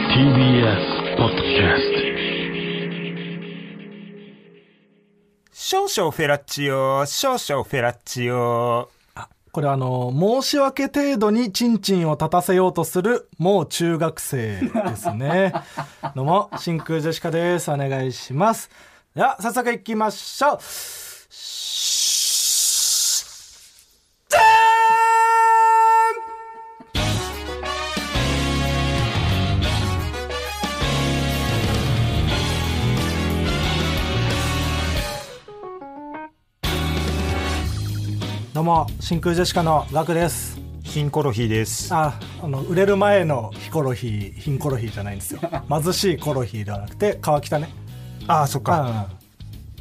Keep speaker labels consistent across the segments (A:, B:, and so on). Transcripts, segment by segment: A: TBS ポッドキャス
B: 少々フェラッチオ少々フェラッチオ
C: これあの、申し訳程度にチンチンを立たせようとする、もう中学生です ね。どうも、真空ジェシカです。お願いします。では、早速行きましょう。じゃーんどうも、真空ジェシカのガクです。
B: ヒンコロヒーです
C: ああの売れる前のヒコロヒー貧コロヒーじゃないんですよ貧しいコロヒーではなくて川北ね
B: ああそっ
C: う
B: か
C: ん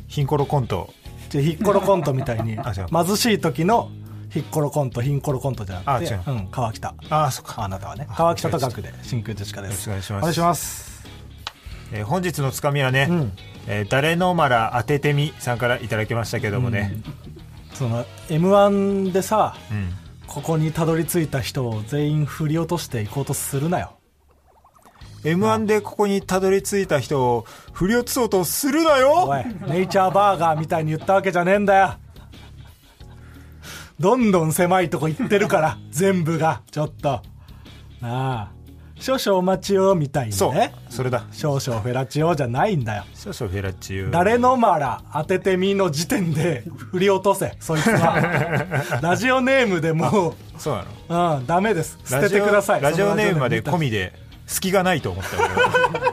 B: ヒンコロコント
C: じゃあヒッコロコントみたいに
B: あ違う
C: 貧しい時のヒッコロコント貧コロコントじゃなくて
B: あ違う
C: うん、川北
B: ああそっか
C: あなたはね
B: あ
C: 川北と学で真空ジェシカです
B: よろしくお
C: お
B: 願い
C: 願い
B: し
C: し
B: ま
C: ます
B: えー本日のつかみはね、
C: うん
B: えー誰のまら当ててみさんからいただきましたけどもね、
C: その m 1でさ
B: うん
C: ここにたどり着いた人を全員振り落としていこうとするなよ
B: m 1でここにたどり着いた人を振り落とそうとするな
C: お
B: よ
C: いネイチャーバーガーみたいに言ったわけじゃねえんだよどんどん狭いとこ行ってるから全部がちょっとなあ少々お待ちをみたい
B: そう
C: にね
B: それだ
C: 少々フェラチオじゃないんだよ
B: 少々フェラチュー
C: 誰のまら当ててみの時点で振り落とせそいつ はラジオネームでも
B: そうなの
C: う、うん、ダメです捨
B: ラ
C: て
B: ジ
C: て
B: オ
C: ください
B: ラジオネームまで
C: そ
B: 込
C: のラジ
B: みで隙がないと思った俺は
C: オネーム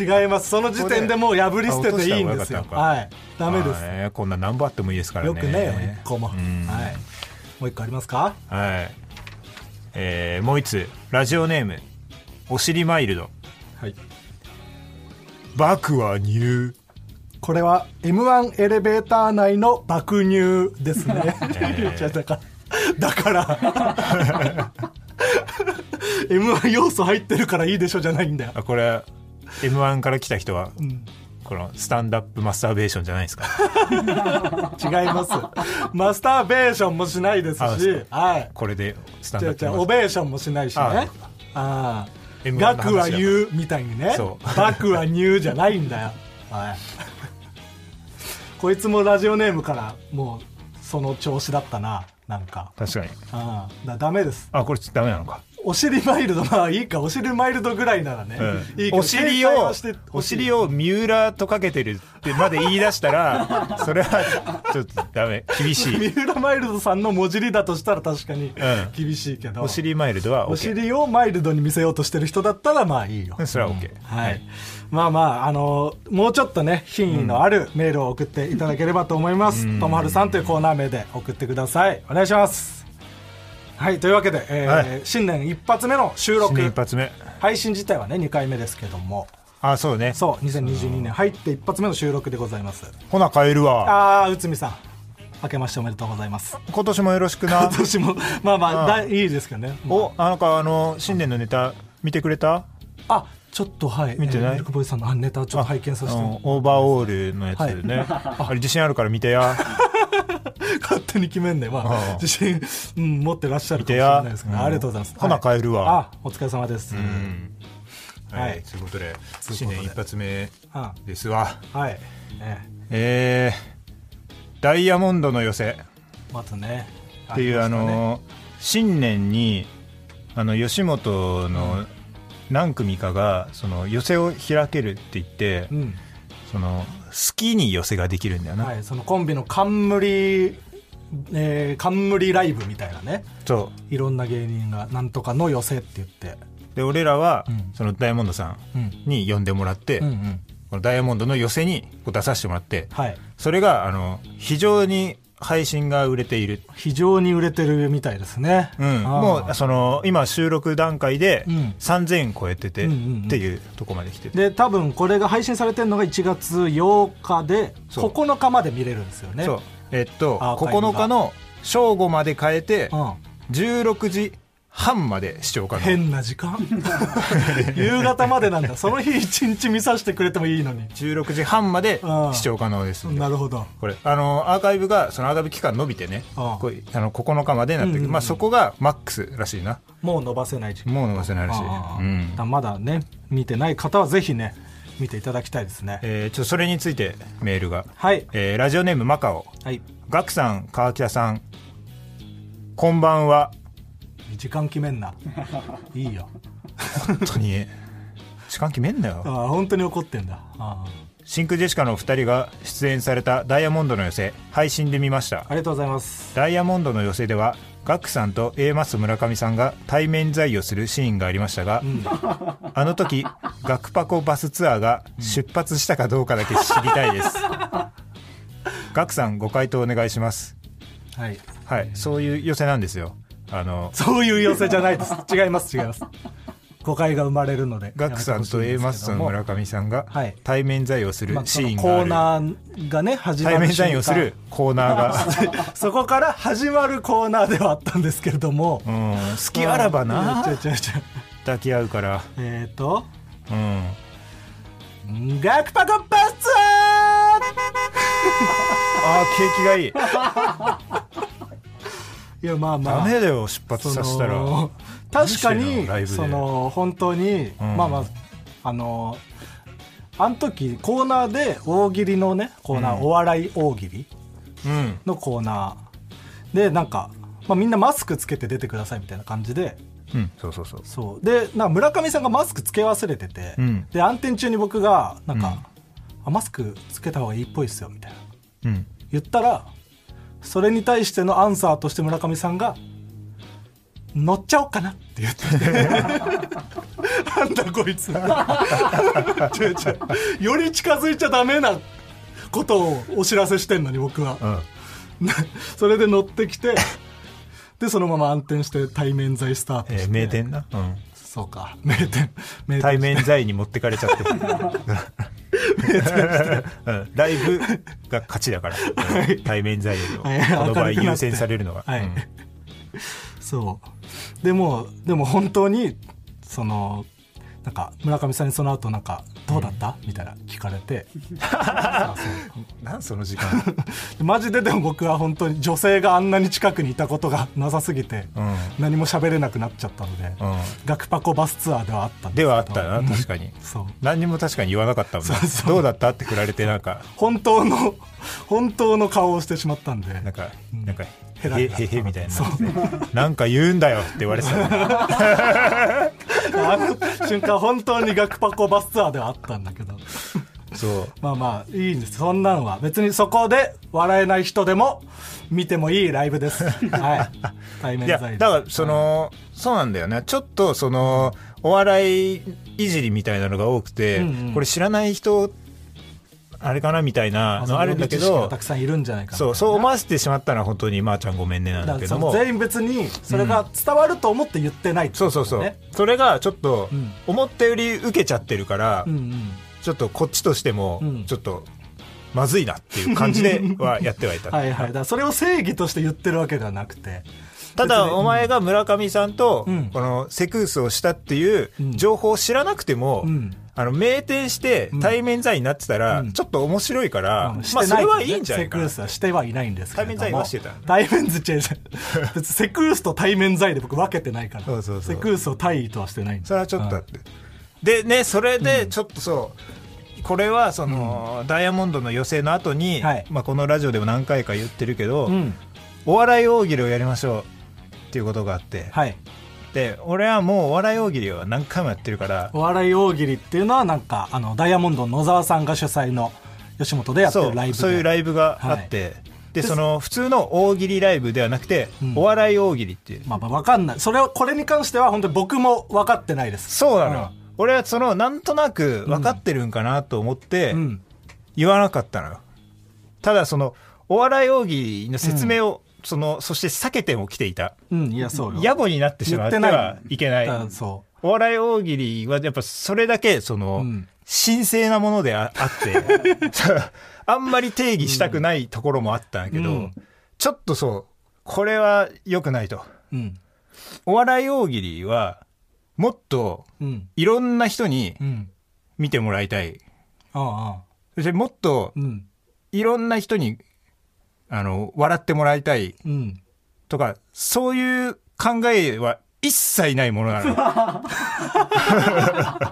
C: に違いますその時点でもう破り捨てていいんです
B: あ
C: よ
B: 落とした方が
C: は
B: よ
C: いダメで
B: ますあねこんな何本あってもいいですからね
C: よくねえよ1個も、
B: うん
C: はい、もう1個ありますか
B: はいえーもう1つラジオネームお尻マイルド
C: はい
B: 爆は入
C: これは m 1エレベーター内の爆乳ですね
B: えー
C: じゃあだからだから m 1要素入ってるからいいでしょじゃないんだよ
B: あこれ m 1から来た人は、
C: ん
B: このスタンダップマスターベーションじゃないです か
C: 違いますマスターベーションもしないです
B: あそうです
C: しはい
B: これでスタン
C: じゃ
B: ダ
C: あ
B: ッ
C: じ
B: プマスター
C: ゃあオベーションもしないし
B: あ
C: ねああ
B: M1 の話だか
C: 額
B: ら
C: は言うみたいにね
B: そう
C: 額は入じゃないんだよはいこいつもラジオネームからもうその調子だったななんか
B: 確かに
C: ああだダメです
B: あこれちょっとダメなのか、
C: お尻マイルドまあいいかお尻マイルドぐらいならね、
B: うん
C: いいけど
B: お尻
C: 警戒
B: を
C: はして
B: お
C: ほしい
B: 尻を三浦とかけてるってまで言い出した らそれはちょっとダメ厳しい
C: 三浦マイルドさんの文字りだとしたら確かに
B: ん
C: 厳しいけど、
B: お尻マイルドは OK
C: お尻をマイルドに見せようとしてる人だったらまあいいよ、
B: うんそれは OK、
C: はい、まあまあ、あのもうちょっとね品位のあるメールを送っていただければと思います、ともはるさんというコーナー名で送ってくださいお願いしますはいというわけで、えー
B: はい
C: 新年一発目の収録
B: 新年一発目
C: 配信自体はね2回目ですけども
B: あそうね
C: そう2022年入って一発目の収録でございます
B: ほな帰るわ
C: ああ内海さん明けましておめでとうございます
B: 今年もよろしくな
C: 今年もまあまあだいいですけどね
B: おあなんかあの新年のネタ見てくれた
C: あちょっとはい
B: 見てない
C: えーミルクボーイさんのあネタをちょっと拝見させ
B: あの
C: て
B: オーバーオールのやつでね、 あれ自信あるから見てや
C: 勝手に決めんねま
B: うん
C: あ自信、うん、持ってらっしゃる
B: 見て
C: かもしれな
B: や
C: いですけど、ありがとうございます
B: ほな
C: はい
B: 帰るわ、
C: あお疲れ様です、
B: うんはい、
C: はい
B: ということで
C: という
B: 新
C: ことで
B: 年一発目
C: あ
B: ですわ
C: はい、ね、
B: えー、ダイヤモンドの寄せ
C: またね
B: っていうあ,、
C: りましたね
B: の新年にあの吉本の何組かがその寄せを開けるって言って、その好きに寄せができるんだよ
C: うん
B: な、
C: はい、そのコンビの冠、えー、冠ライブみたいなね
B: そ
C: いろんな芸人がなんとかの寄せって言って、
B: うで俺らは、
C: うん
B: そのダイヤモンドさんに呼んでもらって、
C: うんうん、
B: このダイヤモンドの寄せにこう出させてもらって
C: はい
B: それがあの非常に配信が売れている、
C: 非常に売れてるみたいですね、
B: うん、
C: あー
B: もうその今収録段階で
C: うん
B: 3000超えてて、
C: うんうんうん
B: っていうとこまで来てて、
C: で多分これが配信されてるのが1月8日で
B: そう
C: 9日まで見れるんですよね
B: そうえっと
C: アーカイブが
B: 9日の正午まで変えて
C: うん、
B: 16時半まで視聴可能
C: 変な時 間夕方までなんだその日一日見させてくれてもいいのに
B: 16時半まで
C: うん
B: 視聴可能ですんで
C: なるほど
B: これあのアーカイブがそのアーカイブ期間伸びてね
C: ああ
B: こうあの9日までになってる、
C: うんうんうん
B: まあ、そこがマックスらしいな
C: もう伸ばせない時間
B: もう伸ばせないらしい、
C: あ
B: う
C: ー
B: ん
C: だからまだね見てない方はぜひね見ていただきたいですね
B: えーちょっとそれについてメールが、
C: はい
B: えーラジオネームマカオ
C: はい
B: ガクさん川北さんこんばんは
C: 時間決めんないいよ
B: 本当に時間決めんなよ
C: ああ本当に怒ってんだああ
B: 真空ジェシカのお二人が出演されたダイヤモンドの寄せ配信で見ました
C: ありがとうございます
B: ダイヤモンドの寄せではガクさんと A マス村上さんが対面在をするシーンがありましたが、 あの時ガクパコバスツアーが出発したかどうかだけ知りたい です、ガクさんご回答お願いします
C: はい
B: はいそういう寄せなんですよあの
C: そういう寄せじゃな いです違います違います誤解が生まれるので
B: ガクさんと A マスと村上さんが
C: はい
B: 対面在をする
C: まあ
B: シ
C: その
B: ーン
C: コー
B: がある
C: ナーがね始まる
B: 対面
C: 瞬
B: 在
C: 間
B: をするコーナーが
C: そこから始まるコーナーではあったんですけれども
B: う
C: 好
B: ん好きあらばな
C: 違う違う違う
B: 抱き合うから
C: えっ、ー、と
B: うん
C: 「ガクパコパスツア
B: あー景気がいい
C: ー!」いやまあまあ
B: ダメだよ出発させた
C: そ
B: ら
C: の確か
B: 何してんのライブで
C: にその本当に、
B: うん
C: まあまああのあの時コーナーで大喜利のねコーナー、
B: うん
C: お笑い大喜利
B: うん
C: のコーナーでなんか、まあ、みんなマスクつけて出てくださいみたいな感じで
B: うんそうそうそう
C: そうでなんか村上さんがマスクつけ忘れてて、
B: うん
C: で暗転中に僕がなんか、あマスクつけた方がいいっぽいっすよみたいな
B: うん
C: 言ったらそれに対してのアンサーとして村上さんが「乗っちゃおうかな」って言ってきてなんだこいつ違う違うより近づいちゃダメなことをお知らせしてんのに僕は
B: う、ん
C: なそれで乗ってきてでそのまま暗転して対面罪スタート
B: え
C: して、
B: ー名店なうん
C: そうか名店名店
B: 対面在に持ってかれちゃってうん ライブが勝ちだからうん対面在よりもこ
C: はい明るくなって
B: の場合優先されるのが
C: はい
B: うん
C: そうでもでも本当にそのなんか村上さんにその後なんか「どうだったみたいな聞かれてあそう
B: なんその時間
C: でマジででも僕は本当に女性があんなに近くにいたことが なさすぎて、
B: うん
C: 何も喋れなくなっちゃったので、
B: うん
C: 学パコバスツアーではあったん
B: で
C: ですけど
B: はあったな確かに
C: そう
B: 何にも確かに言わなかったもんね
C: そうそう
B: どうだったって振られてなんか
C: 本当の 本当の顔をしてしまったんで
B: なんか
C: うん
B: なんか
C: ヘ
B: へ
C: ラヘラ
B: へへみたいになっててなんか言うんだよって言われてた ね
C: あの瞬間本当に学パコバスツアーではあったんだけど
B: そう
C: まあまあいいんですそんなのは別にそこで笑えない人でも見てもいいライブです はい対面
B: いや
C: 在
B: だ
C: で
B: からその、そうなんだよねちょっとそのお笑いいじりみたいなのが多くて、
C: うんうん
B: これ知らない人あれかなみたいなのあるんだけ
C: その予備知識が
B: ど
C: たくさんいるんじゃないかな
B: そうそう思わせてしまったのは本当にまー、ちゃんごめんねなんだ
C: だか
B: けど
C: らその
B: も
C: 全員別にそれが伝わると思って言ってないって
B: そ
C: こ
B: うそう
C: と
B: そう、
C: ね
B: それがちょっと
C: うん
B: 思ったより受けちゃってるから、
C: うんうん
B: ちょっとこっちとしても
C: うん
B: ちょっとまずいなっていう感じではやってはいた、
C: はいはいだからそれを正義として言ってるわけではなくて
B: た
C: 別
B: だ
C: に
B: お前が村上さんと
C: うん
B: このセクースをしたっていう
C: うん
B: 情報を知らなくても、
C: うん
B: あの明転して
C: うん
B: 対面罪になってたら
C: うん
B: ちょっと面白いから、
C: うんして
B: ま
C: な
B: あ
C: い
B: それはいいんじゃないか
C: セク
B: な
C: ルスはしてはいないんですけれども
B: 対面罪はしてた
C: 対面罪違う違う別にセクルスと対面罪で僕分けてないから
B: そうそうそう
C: セクルスを対位とはしてないんです
B: それはちょっとあって、でねそれでちょっとそう、これはその、ダイヤモンドの予選の後に、
C: はい
B: まあこのラジオでも何回か言ってるけど、
C: うん
B: お笑い大喜利をやりましょうっていうことがあって、
C: はい
B: で俺はもうお笑い大喜利は何回もやってるから
C: お笑い大喜利っていうのはなんかあのダイヤモンドの野沢さんが主催の吉本でやって
B: そ
C: るライブ
B: う
C: で
B: そういうライブがあって、でその普通の大喜利ライブではなくて、
C: うん
B: お笑い大喜利っていう
C: まあまあ分かんないそれはこれに関しては本当に僕も分かってないです
B: そうなの、
C: う
B: 俺はそのなんとなく分かってるんかなと思って
C: うん
B: 言わなかったのよただそのお笑い大喜利の説明を、そのそして避けても来ていた
C: うんいやそうよ
B: 野暮になってしまってはいけない
C: だからそ
B: お笑い大喜利はやっぱそれだけその、
C: うん
B: 神聖なものでああって あんまり定義したくないところもあったんだけど、
C: うん
B: ちょっとそうこれは良くないと
C: ううん
B: お笑い大喜利は、もっと
C: うん
B: いろんな人に
C: うん
B: 見てもらいたい。
C: ああああ
B: そしてもっと
C: うん
B: いろんな人に、あの、笑ってもらいたい
C: うん
B: とか、そういう考えは一切ないものな の。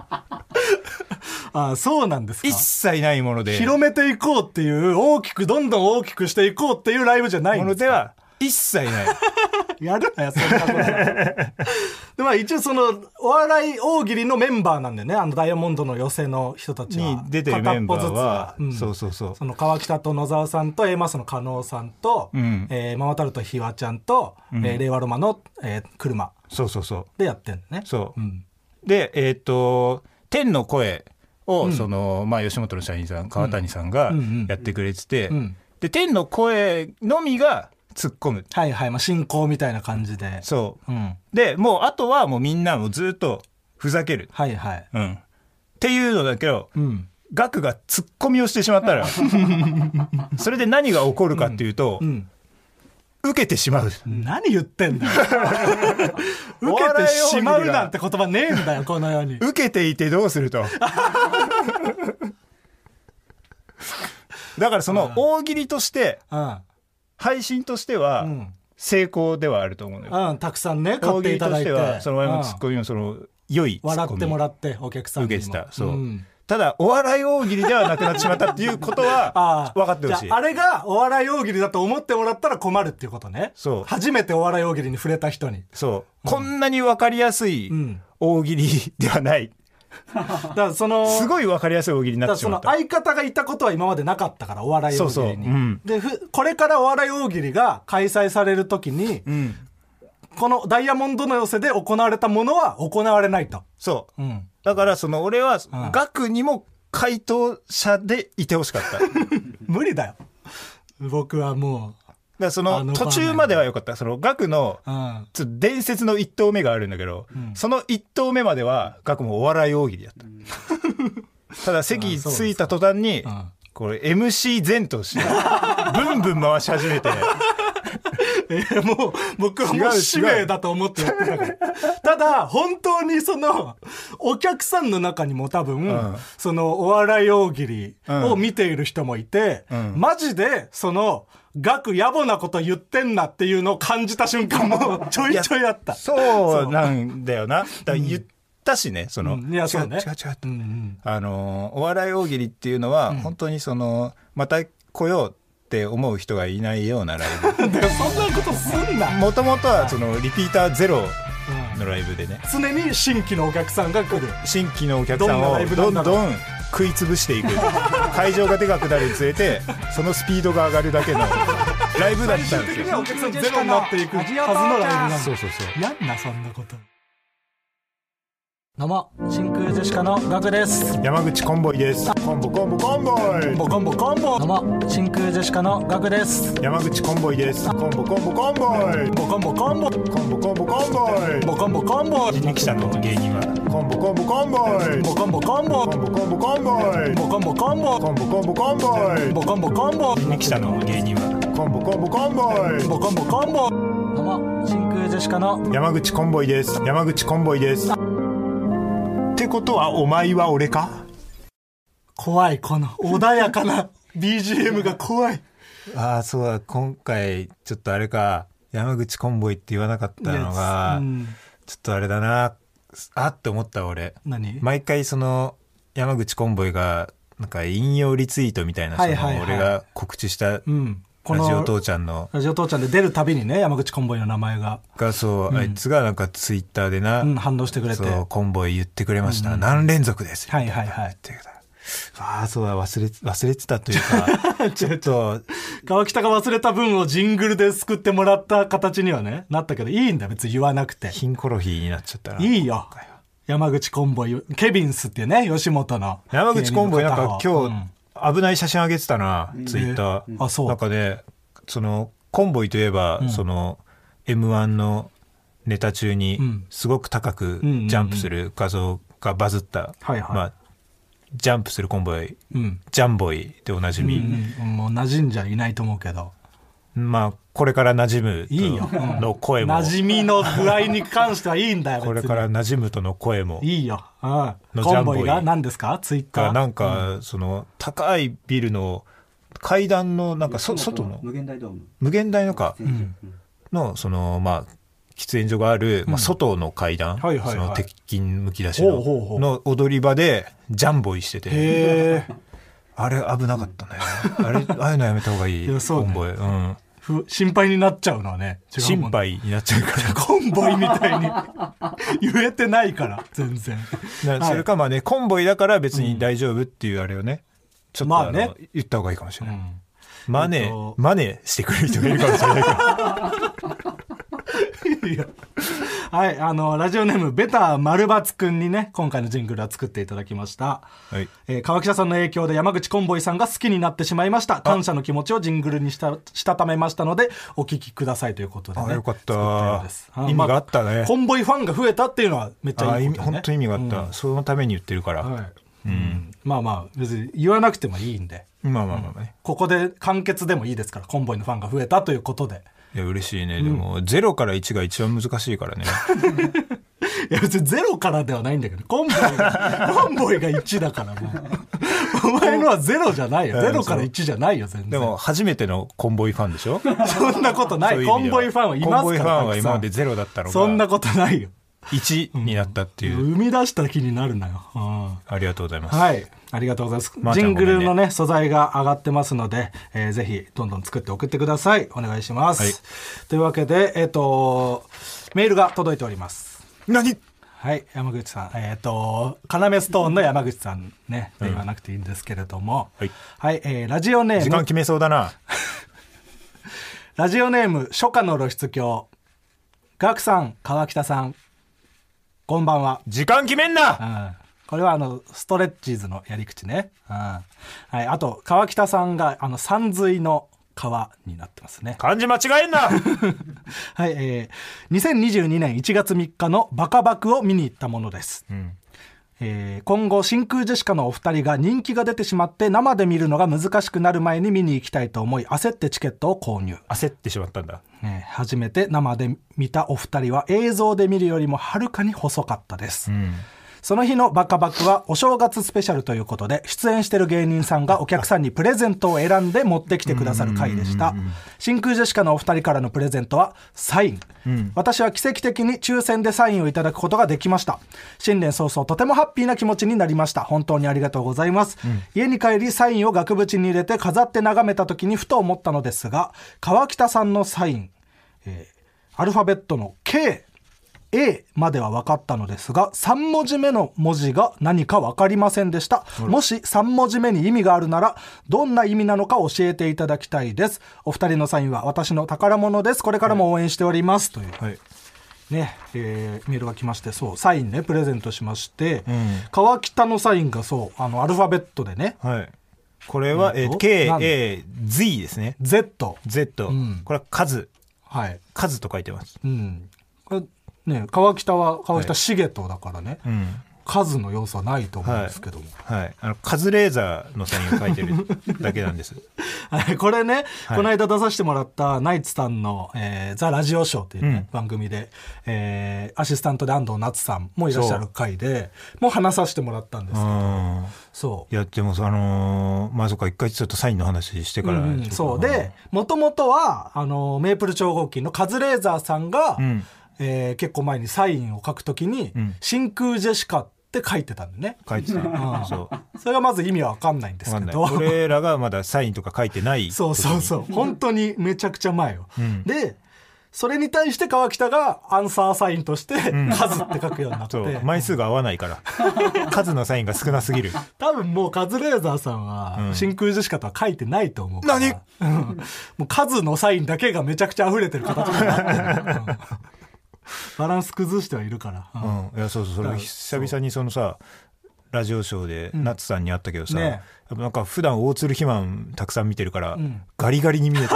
C: ああそうなんですか
B: 一切ないもので。
C: 広めていこうっていう大きくどんどん大きくしていこうっていうライブじゃない
B: も
C: ん
B: の
C: です
B: では一切ない。
C: やるなよそんなこと でまあ一応そのお笑い大喜利のメンバーなんでねあのダイヤモンドの寄せの人たちは
B: に出てるメンバーは、
C: 片っぽずつ
B: そう
C: そ
B: そうそう。
C: の川北と野沢さんと A マスの加納さんと、
B: うん
C: えーママタルトひわちゃんと、えー令和ロマンの、えー車
B: そうそうそう。
C: でやってんのね
B: そう。
C: ん
B: で、えっ、と、天の声を、その、まあ、吉本の社員さん、川谷さんが
C: うんうん
B: やってくれてて、
C: うん
B: で、天の声のみが突っ込む。
C: はいはい、まあ、進行みたいな感じで、
B: そう
C: ん、
B: う。で、もう、あとはもうみんなもうずっとふざける。
C: はいはい
B: うん。っていうのだけど、
C: うん
B: ガクが突っ込みをしてしま ったら、それで何が起こるかっていうと、
C: うん
B: 受けてしまう。
C: 何言って んだよ受けてしまうなんて言葉ねえんだよこの世に
B: 受けていてどうすると。だからその大喜利として、
C: うん
B: 配信として
C: う
B: は
C: ん
B: 成功ではあると思うのよ。
C: うん、たくさんね、買っ
B: 大喜
C: て
B: 利
C: いた
B: と
C: だ
B: し
C: い
B: て
C: て。
B: は、その前
C: う
B: の
C: ん
B: ツッコミのその良いツッ
C: 笑
B: コ
C: っ
B: ミ
C: てもらって、お客さんにも。
B: 受けてた。そう。
C: ん
B: ただ、お笑い大喜利ではなくなってしまったっていうことは
C: ああ
B: 分かってほしい
C: じゃあ。あれがお笑い大喜利だと思ってもらったら困るっていうことね
B: そう
C: 初めてお笑い大喜利に触れた 人に
B: そう。こんなに分かりやすい
C: うん
B: 大喜利ではない。
C: だからその
B: すごい分かりやすい大喜利に
C: だ
B: なっ
C: から
B: てし
C: そ
B: ま
C: の
B: った。
C: 相方がいたことは今までなかったからお笑い大喜利に
B: そうそううん
C: でふこれからお笑い大喜利が開催されるときに、
B: うん。
C: このダイヤモンドの寄せで行われたものは行われないと、
B: そう。
C: うん、
B: だからその俺は
C: ん
B: 学にも回答者でいてほしか った。だか
C: 無理だよ僕はも
B: らそ
C: あ
B: の
C: の
B: 途中まではよかった。その学の
C: う、うん、
B: ちょっと伝説の一投目があるんだけど、その一投目までは学もお笑い大喜利だ った。ただ席着いた途端に
C: ん、
B: これ MC 前として、ブンブン回し始 めて、
C: えー もう、僕は
B: 違
C: も
B: う
C: う
B: 違う
C: 使命だと思ってやってたから。 ただ、本当にその、お客さんの中にも多分、
B: うん
C: その、お笑い大喜利を見ている人もいて、
B: ん
C: マジで、その、額野暮なこと言ってんなっていうのを感じた瞬 間もちょいちょいあった。
B: そうなんだよな。だから言ったしね、その、
C: うんいや
B: 違う
C: そ
B: 違
C: う
B: う
C: ね
B: 違う
C: う。ん
B: あのお笑い大喜利っていうのは、本当にそのまた来ようって思う人がいないようなライ
C: うん。で、そんなことすんな。
B: ブ もともとはそのリピーターゼロのライブでね
C: 常に新規のお客さんが来る。
B: 新規のお客さん
C: どんなラ
B: を
C: イブな
B: ど
C: ん
B: ん
C: だろう
B: どん食い潰していく 会場がでかくなるにつれてそのスピードが上がるだけの ライブだっ
C: 最終
B: たんで
C: 的
B: す
C: にはお
B: よ
C: 客さんゼロになっていくはずのライブなんだ。
B: そうそうそう
C: やんなそんなことどうも真空ジェシカのガクです
B: 山口コンボイですコンボコンボコンボイ
C: ボコンボコンボどうも真空ジェシカのガクです
B: 山口コンボイですコンボコンボコンボイ
C: ボコンボコンボ
B: コンボコンボコンボイ
C: ボコンボコンボ
B: 人力車の芸人はコンボコンボコンボイ
C: ボコンボコンボ
B: コンボコンボコンボイ
C: ボコンボコン
B: コ
C: ボ
B: ンボコンボコンボイ
C: ボコンボコンボ
B: 人力車の芸人はコンボコンボコンボ
C: ボコンボコンボどうも真空ジェシカの
B: イ山口コンボイです山口コンボイですってことはお前は俺か
C: 怖いこの穏やかな BGM が怖い
B: ああそうだ今回ちょっとあれか山口コンボイって言わなかったのが
C: うん
B: ちょっとあれだなあって思った俺
C: 何
B: 毎回その山口コンボイがなんか引用リツイートみたいなそ
C: はいはいはい
B: の俺が告知した
C: うんこ
B: ラジオ
C: の
B: 父ちゃんの
C: ラジオ父ちゃんで出るたびにね山口コンボイの名前が、
B: がそう、あいつがなんかツイッターでな、
C: うん、反応してくれて
B: そう
C: は
B: コンボイ言ってくれました、何連続です、
C: いはいはい
B: っていうああそうだ忘れて忘れてたというか ちょっと
C: 川北が忘れた分をジングルで救ってもらった形にはね、なったけど、いいんだ、別に言わなくて。
B: ヒンコロヒーになっちゃったない
C: いよ。山口コンボイ、ケビンスっていうね、吉本の。
B: 山口コンボイなんか
C: 芸人の方
B: 今日危ない写真あげてたな、ツイッター、
C: あそう
B: なんかねそのコンボイといえば、その m 1のネタ中に
C: ん
B: すごく高くジャンプする画像がバズった、
C: はいはい
B: まあ、ジャンプするコンボイ
C: うん。
B: ジャンボイでおなじみ、
C: うん。もう馴染んじゃいないと思うけど。
B: まあこれから馴染むと
C: いいようん
B: の声も
C: 馴染みの具合に関してはいいんだよ、別
B: こ
C: に
B: れから馴染むとの声も
C: いいよ。うん。
B: の
C: コンボイ
B: ジャンボイ
C: が何ですかツイッタ
B: が
C: ー。
B: なんかその高いビルの階段のなんかそ外の
D: 無限大ドーム
B: 無限大のか
D: 全然
B: のそのまあ喫煙所がある、まあ、外の階段、
C: はいはいはい
B: その鉄筋むき出しの
C: ほうほうほう
B: の踊り場でジャンボイしてて
C: へえ。
B: あれ危なかったね、あれああいうのやめた方がいい
C: いやそうね
B: コンボイ、うん、
C: ふ心配になっちゃうのはね。違うも
B: 心
C: ん。
B: 配になっちゃうから
C: コンボイみたいに言えてないから、全然。
B: な
C: はい
B: それかまあねコンボイだから別に大丈夫っていうあれをね、ちょっと
C: ま
B: あ
C: あ
B: の、
C: ね
B: 言った方がいいかもしれ
C: う
B: ない、
C: ん
B: マ
C: え
B: ネ
C: っ
B: ー
C: と
B: マネーしてくれる人がいるかもしれない から
C: いやはい、あの、ラジオネーム、ベタ丸抜くんにね、今回のジングルは作っていただきました。
B: はい
C: えー川北さんの影響で山口コンボイさんが好きになってしまいました。感謝の気持ちをジングルにした、したためましたので、お聞きくださいということで、ね。
B: あよかっ
C: 作よう
B: た
C: ですあ
B: 意味があった
C: ま
B: ね
C: あ、コンボイファンが増えたっていうのはめっち
B: あ
C: ゃいい
B: 意
C: こ
B: 味
C: と、ね。
B: 本当に意味があった、そのために言ってるから、
C: はい。うん。まあまあ、別に言わなくてもいいんで、
B: まあまあまあまあね、
C: ここで完結でもいいですから、コンボイのファンが増えたということで。
B: いや嬉しいねでも、ゼロから1が一番難しい からね
C: いや別にゼロからではないんだけどコンボイがコンボイが1だからもうお前のはゼロじゃないよゼロから1じゃないよ全然
B: でも初めてのコンボイファンでしょ
C: そんなことな
B: そう
C: いう
B: 意味で
C: コンボイファンはいますから
B: コンボイファンは
C: たくさん
B: 今までゼロだったのが
C: そんなことないよ
B: 1になったっていう、
C: 生み出した気になるなよ、うん
B: ありがとうございます、
C: はい。ありがとうございます。
B: まー
C: ジ
B: ちゃん
C: ングル
B: ごめんね
C: のね、素材が上がってますので、えーぜひ、どんどん作って送ってください。お願いします。
B: はい
C: というわけで、えっ、と、メールが届いております。
B: 何
C: はい、山口さん、えっ、と、カナメストーンの山口さんね、言わなくていいんですけれども。
B: はい。
C: えーラジオネー
B: 時間
C: ム、
B: 決めそうだな
C: ラジオネーム、初夏の露出狂。ガクさん、川北さん。こんばんは。
B: 時間決めん
C: う。
B: なん
C: これはあの、ストレッチーズのやり口ね。うん。はい、あと、川北さんが、あの、山水の川になってますね。
B: 漢字間違えんな
C: はい、えー、2022年1月3日のバカバクを見に行ったものです。
B: うん
C: えー今後真空ジェシカのお二人が人気が出てしまって生で見るのが難しくなる前に見に行きたいと思い焦ってチケットを購入、
B: 焦ってしまったんだ
C: えー初めて生で見たお二人は映像で見るよりもはるかに細かったです、その日のバカバクはお正月スペシャルということで出演してる芸人さんがお客さんにプレゼントを選んで持ってきてくださる回でした真空ジェシカのお二人からのプレゼントはサイン、私は奇跡的に抽選でサインをいただくことができました新年早々とてもハッピーな気持ちになりました本当にありがとうございます、家に帰りサインを額縁に入れて飾って眺めた時にふと思ったのですが川北さんのサインアルファベットの K、A までは分かったのですが、3文字目の文字が何か分かりませんでした。もし3文字目に意味があるなら、どんな意味なのか教えていただきたいです。お二人のサインは私の宝物です。これからも応援しております。という。
B: はい
C: ね、えーメールが来まして、そう、サインね、プレゼントしまして、川北のサインがそう、あの、アルファベットでね、
B: はいこれは、え
C: なん
B: ー、
C: と
B: KAZ ですね
C: Z。
B: Z、
C: ん
B: これは数
C: はい。
B: 数と書いてます
C: うん。これね、川北は、川北茂人だからね。
B: うん
C: 数の要素はないと思うんですけども、
B: はいあのカズレーザーのサインを書いてるだけなんです
C: はいこれね、
B: はい
C: この間出させてもらったナイツさんの「えーザ・ラジオショー」っていう、ね
B: うん
C: 番組で、えーアシスタントで安藤夏さんもいらっしゃる回でもう話させてもらったんで
B: う
C: す
B: ん
C: そう
B: いやでもあのーまあそっか一回ちょっとサインの話してから、
C: うんうんそうでもともとはあのメープル超合金のカズレーザーさんが、
B: うん
C: えー結構前にサインを書くときに「
B: ん
C: 真空ジェシカ」って書いてたんでね
B: 書いてたそう
C: それがまず意味は分かんないんで
B: 分
C: す
B: か
C: け
B: んない
C: ど
B: 俺らがまだサインとか書いてない
C: そうそうそう 本当にめちゃくちゃ前よ、
B: ん
C: でそれに対して川北がアンサーサインとして「数」って書くようになって、
B: そう枚数が合わないから 数のサインが少なすぎる
C: 多分もうカズレーザーさんは真空ジェシカとは書いてないと思うから、うんもう数のサインだけがめちゃくちゃ溢れてる形になってる、うんバランス崩してはいるから、うん
B: うん、いやそうそうそ
C: だか
B: れ
C: ら
B: 久々にそのさラジオショーで夏さんに会ったけどさ、
C: ねえ
B: やっぱなんか普段大鶴肥満たくさん見てるから、
C: ん
B: ガリガリに見えた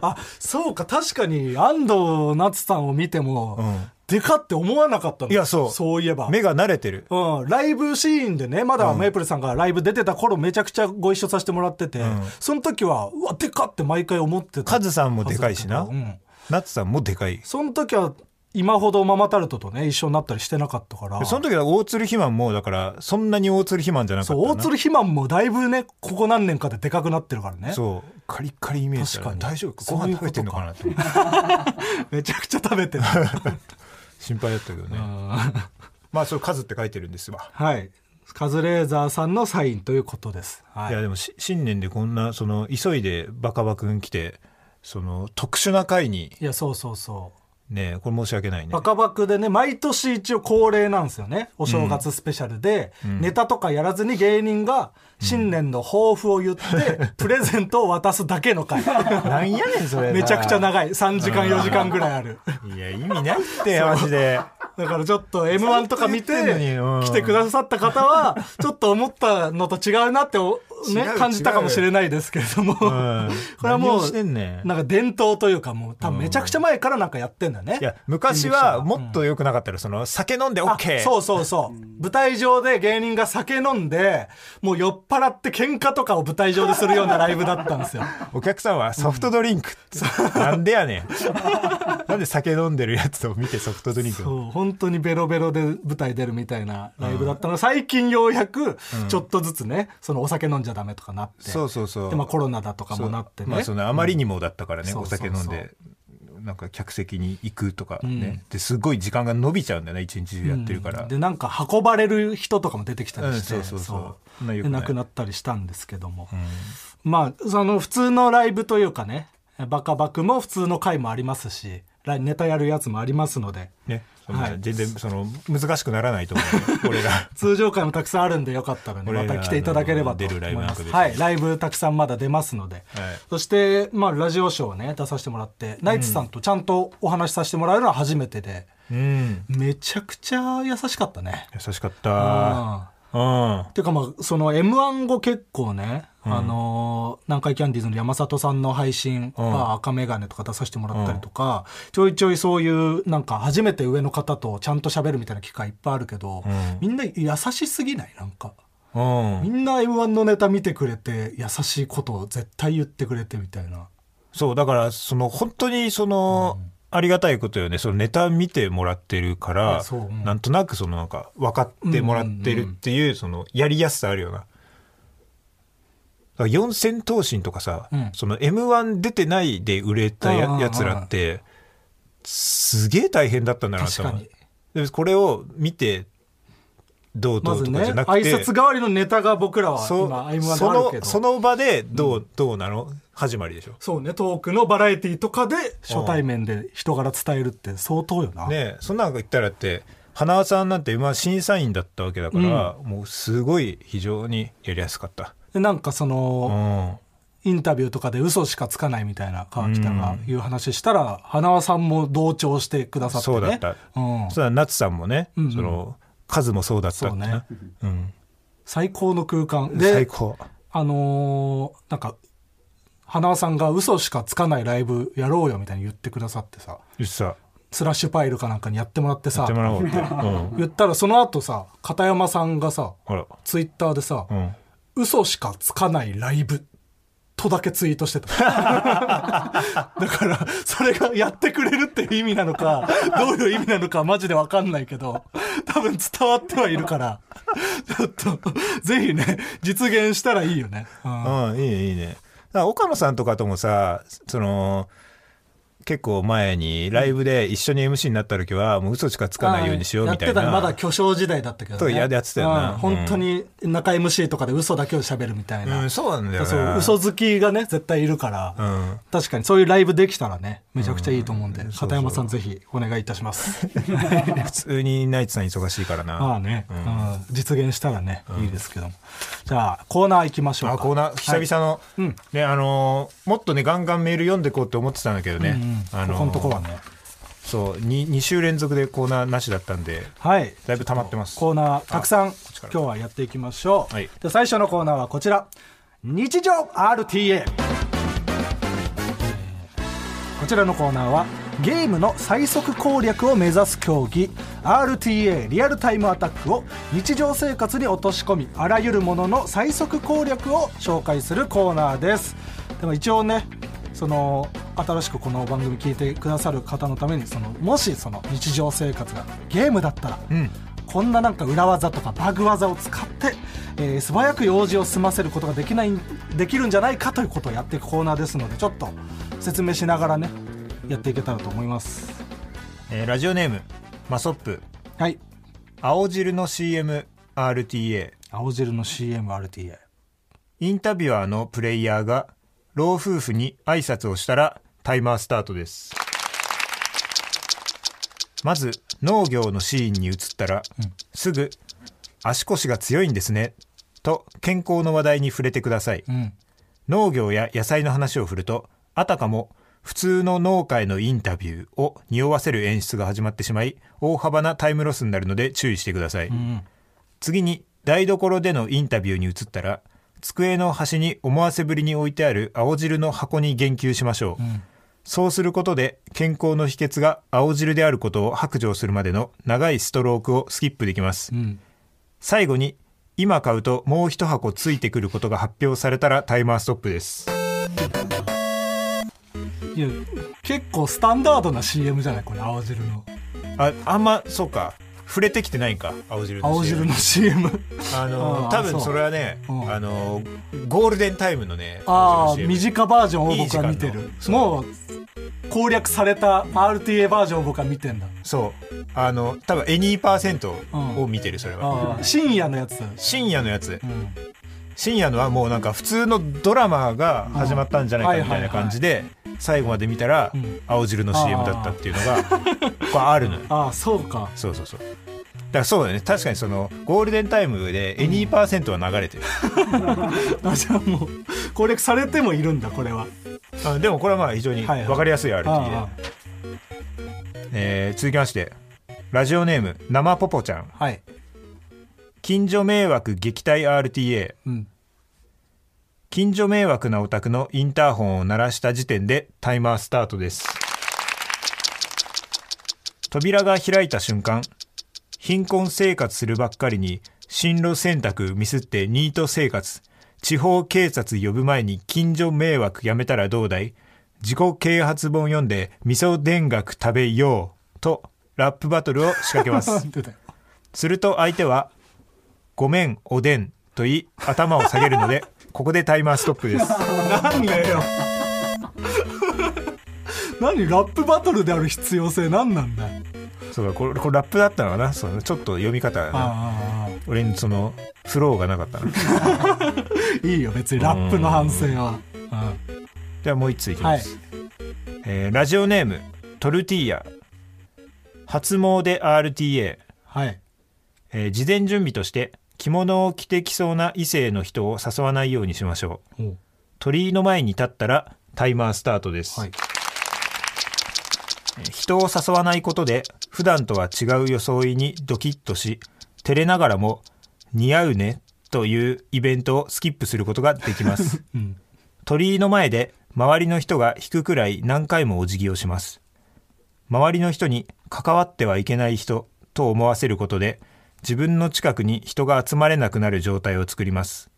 C: あそうか確かに安藤夏さんを見ても、
B: うん
C: でかって思わなかったの
B: いやそう
C: そういえば
B: 目が慣れてる
C: うん、ライブシーンでねまだメイプルさんがライブ出てた頃めちゃくちゃご一緒させてもらってて、
B: ん
C: その時はうわでかって毎回思ってた
B: カズさんもでかいしな、
C: うん
B: ナツさんもでかい
C: その時は今ほどママタルトとね一緒になったりしてなかったから
B: その時は大鶴肥満もだからそんなに大鶴肥満じゃなかった
C: そう
B: な
C: 大鶴肥満もだいぶねここ何年かででかくなってるからね
B: そうカリッカリイメージだから
C: 確かに
B: 大丈夫か
C: そ
B: ご
C: うい
B: 飯
C: うこ
B: 食べ
C: と
B: てんのかなって
C: めちゃくちゃ食べ てる
B: 心配だったけどねまあそれ数って書いてるんですわ、
C: はいカズレーザーさんのサインということです、はい
B: い、やでもし新年でこんなその急いでバカバくん来てその特殊な回に
C: いやそうそうそう
B: ねこれ申し訳ないね
C: バカバクでね毎年一応恒例なんですよねお正月スペシャルで、ネタとかやらずに芸人が新年の抱負を言って、プレゼントを渡すだけの回
B: なんやねんそれ
C: めちゃくちゃ長い3時間4時間ぐらいある
B: いや意味ないってマジで
C: だからちょっと m 1とか見て
B: ずっと言ってんのにうん
C: 来てくださった方はちょっと思ったのと違うなってお、ね
B: 違、う
C: 感じたかもしれないですけれど も、
B: ん
C: これはも
B: 何をして
C: うん
B: ねん
C: なんか伝統というかもう多分めちゃくちゃ前からなんかやってんだね、
B: いや昔はもっと良くなかったらその酒飲んで
C: あ
B: OK
C: そうそうそう舞台上で芸人が酒飲んでもう酔っ払って喧嘩とかを舞台上でするようなライブだったんですよ
B: お客さんはソフトドリンクって、なんでや ねんなんで酒飲んでるやつを見てソフトドリンク
C: そう本当にベロベロで舞台出るみたいなライブだったのが、最近ようやくちょっとずつね、そのお酒飲んじゃダメとかなって
B: そうそうそう
C: で、まあ、コロナだとか
B: そう
C: もなってね、
B: まあそのあまりにもだったからね、
C: うん
B: お酒飲
C: そ
B: ん
C: うそう
B: でなんか客席に行くとかね、ですごい時間が伸びちゃうんだよね一日中やってるから、
C: でなんか運ばれる人とかも出てきたりして、
B: うんそうそうそうそんな良
C: で
B: くない
C: 亡くなったりしたんですけども、まあその普通のライブというかねバカバクも普通の回もありますしライネタやるやつもありますので
B: ねそんな
C: はい
B: 全然その難しくならないと思うよ俺ら
C: 通常回もたくさんあるんでよかったらね
B: 俺ら
C: また来ていただければと
B: 出
C: 思
B: るライ
C: い
B: ブなん
C: ま
B: か
C: す
B: ですね
C: はいライブたくさんまだ出ますので、そして、まあ、ラジオショーをね出させてもらって、ナイツさんとちゃんとお話しさせてもら うのは初めてで
B: うん
C: めちゃくちゃ優しかったね。
B: 優しかった
C: うん
B: うん
C: ていうかまあその m 1後結構ね、あのー南海キャンディーズの山里さんの配信、
B: うん
C: まあ赤眼鏡とか出させてもらったりとか、ちょいちょいそういうなんか初めて上の方とちゃんと喋るみたいな機会いっぱいあるけど、
B: うん
C: みんな優しすぎないなんか
B: うん
C: みんな m 1のネタ見てくれて優しいことを絶対言ってくれてみたいな
B: そう、だから、その、本当に、その、ありがたいことよね。そのネタ見てもらってるか
C: あ
B: ら
C: そううん、
B: なんとなく、その、なんか、分かってもらってるっていう、その、やりやすさあるよな。だから四千頭身とかさ、
C: うん
B: その M1 出てないで売れた
C: うんうんう
B: や
C: ん
B: やつらって、すげえ大変だったんだなと思う
C: 確か
B: でこれを見て、どう
C: ま
B: どう
C: ず
B: と
C: ね
B: かじゃなくて、
C: 挨拶代わりのネタが僕らは
B: そ
C: 今 m 1で
B: そ
C: あるけ
B: の、
C: ど
B: その場で、どう、どうなの始まりでしょ。
C: そうねトークのバラエティーとかで初対面で人柄伝えるって相当よな、
B: ねえそんなん言ったらって花輪さんなんてまあ審査員だったわけだから、もうすごい非常にやりやすかった、
C: でなんかその、
B: うん、
C: インタビューとかで嘘しかつかないみたいな川北が
B: う
C: いう話したら、花輪さんも同調してくださってね。
B: そうだった、
C: うん
B: そしたら夏さんもね、
C: うんうん
B: そのカズもそうだったってな
C: そ
B: う
C: う
B: ん、
C: 最高の空間
B: 最
C: で、
B: 高
C: あのーなんか、花輪さんが嘘しかつかないライブやろうよみたいに言ってくださってさ、
B: よしさ
C: スラッシュパイルかなんかにやってもらって
B: や
C: さ
B: って、もらおう って、うん、
C: 言ったらその後さ、片山さんがさ、
B: ほら、
C: ツイッターでさ、
B: うん、
C: 嘘しかつかないライブとだけツイートしてた だからそれがやってくれるっていう意味なのかどういう意味なのかマジで分かんないけど多分伝わってはいるからちょっとぜひね実現したらいいよね、うん
B: うん、いいねいいねだから岡野さんとかともさその結構前にライブで一緒に MC になった時はもう嘘しかつかないようにしようみたい
C: やって
B: な
C: たまだ巨匠時代だったけど
B: そう
C: ね
B: ややってたよな
C: うん本当に中 MC とかで嘘だけを喋るみたいな、
B: うん、そうなんだよ
C: そ
B: な
C: う嘘好きがね絶対いるから、
B: うん
C: 確かにそういうライブできたらねめちゃくちゃいいと思うんで、
B: そう
C: 片山さんぜひお願いいたしま す
B: 普通にナイツさん忙しいから
C: ま
B: な。
C: あね、うん実現したらね、いいですけどもじゃあコーナー行きましょうか
B: あコーナー久々の、
C: うん
B: ねあのーもっとねガンガンメール読んでこうって思ってたんだけどね、
C: はい
B: あ
C: うん
B: のー
C: ここのとこはね
B: そう 2, 2週連続でコーナーなしだったんで
C: はい
B: だいぶ溜まってます
C: コーナーたくさん
B: ちから
C: 今日はやっていきましょう、
B: はい
C: で最初のコーナーはこちら日常 RTA ちらのコーナーはゲームの最速攻略を目指す競技 RTA リアルタイムアタックを日常生活に落とし込みあらゆるものの最速攻略を紹介するコーナーですでも一応ねその新しくこの番組聞いてくださる方のためにそのもしその日常生活がゲームだったら、
B: うん
C: こんななんか裏技とかバグ技を使って、えー素早く用事を済ませることができないできるんじゃないかということをやっていくコーナーですのでちょっと説明しながらねやっていけたらと思います
B: えーラジオネームマソップ
C: はい
B: 青汁の CMRTA
C: 青汁の CMRTA
B: インタビュアーのプレイヤーが老夫婦に挨拶をしたらタイマースタートですまず農業のシーンに移ったら、すぐ「足腰が強いんですね」と健康の話題に触れてください、
C: うん
B: 農業や野菜の話を振るとあたかも普通の農家へのインタビューを匂わせる演出が始まってしまい大幅なタイムロスになるので注意してください、
C: ん
B: 次に台所でのインタビューに移ったら机の端に思わせぶりに置いてある青汁の箱に言及しましょう、そうすることで健康の秘訣が青汁であることを白状するまでの長いストロークをスキップできます、
C: うん
B: 最後に今買うともう一箱ついてくることが発表されたらタイマーストップです
C: いや結構スタンダードな CM じゃないこれ青汁の
B: ああんまそうか触れてきてないか青汁の
C: 青汁の CM
B: あの
C: あ
B: 多
C: ーそう
B: 分それはね
C: うん
B: あのゴールデンタイムのね
C: ああ
B: 青汁の CM
C: 短バージョンを僕は見て
B: いい時
C: る
B: 間のそう
C: もう攻略された RTA バージョンを僕は見てんだ
B: そうあの多分エニーパーセントを見てるそれは、
C: あー深夜のやつ、
B: 深夜のやつ
C: うん、
B: 深夜のはもうなんか普通のドラマが始まったんじゃないかみたいな感じで最後まで見たら
C: うん
B: 青汁の CM だったっていうのがこうあるのよ
C: ああそうか
B: そうそうそうだからそうだね確かにそのゴールデンタイムでエニーパーセントは流れてる、
C: あじゃあもう攻略されてもいるんだこれは
B: あでもこれはまあ非常に
C: はいはい
B: 分かりやすい RT で、
C: あ
B: えー続きましてラジオネーム生ポポちゃん
C: あはい、
B: 近所迷惑撃退 RTA
C: うん、
B: 近所迷惑なお宅のインターホンを鳴らした時点でタイマースタートです扉が開いた瞬間貧困生活するばっかりに進路選択ミスってニート生活地方警察呼ぶ前に近所迷惑やめたらどうだい自己啓発本読んで味噌田楽食べようとラップバトルを仕掛けま
C: な
B: す
C: んでだよ
B: すると相手は「ごめんおでん」と言い頭を下げるのでここでタイマーストップです
C: なんだよ何ラップバトルである必要性何なんだよ
B: そうかこれこれラップだったのかなそのちょっと読み方がな
C: あ
B: 俺にそのフローがなかったな
C: あいいよ別にラップの反省は
B: ではもう一ついきます、えーラジオネームトルティーヤ初詣 RTA、
C: はい
B: えー事前準備として着物を着てきそうな異性の人を誘わないようにしましょう
C: お
B: 鳥居の前に立ったらタイマースタートです、
C: はい
B: 人を誘わないことで普段とは違う装いにドキッとし照れながらも「似合うね」というイベントをスキップすることができます、
C: ん
B: 鳥居の前で周りの人が引くくらい何回もお辞儀をします周りの人に関わってはいけない人と思わせることで自分の近くに人が集まれなくなる状態を作ります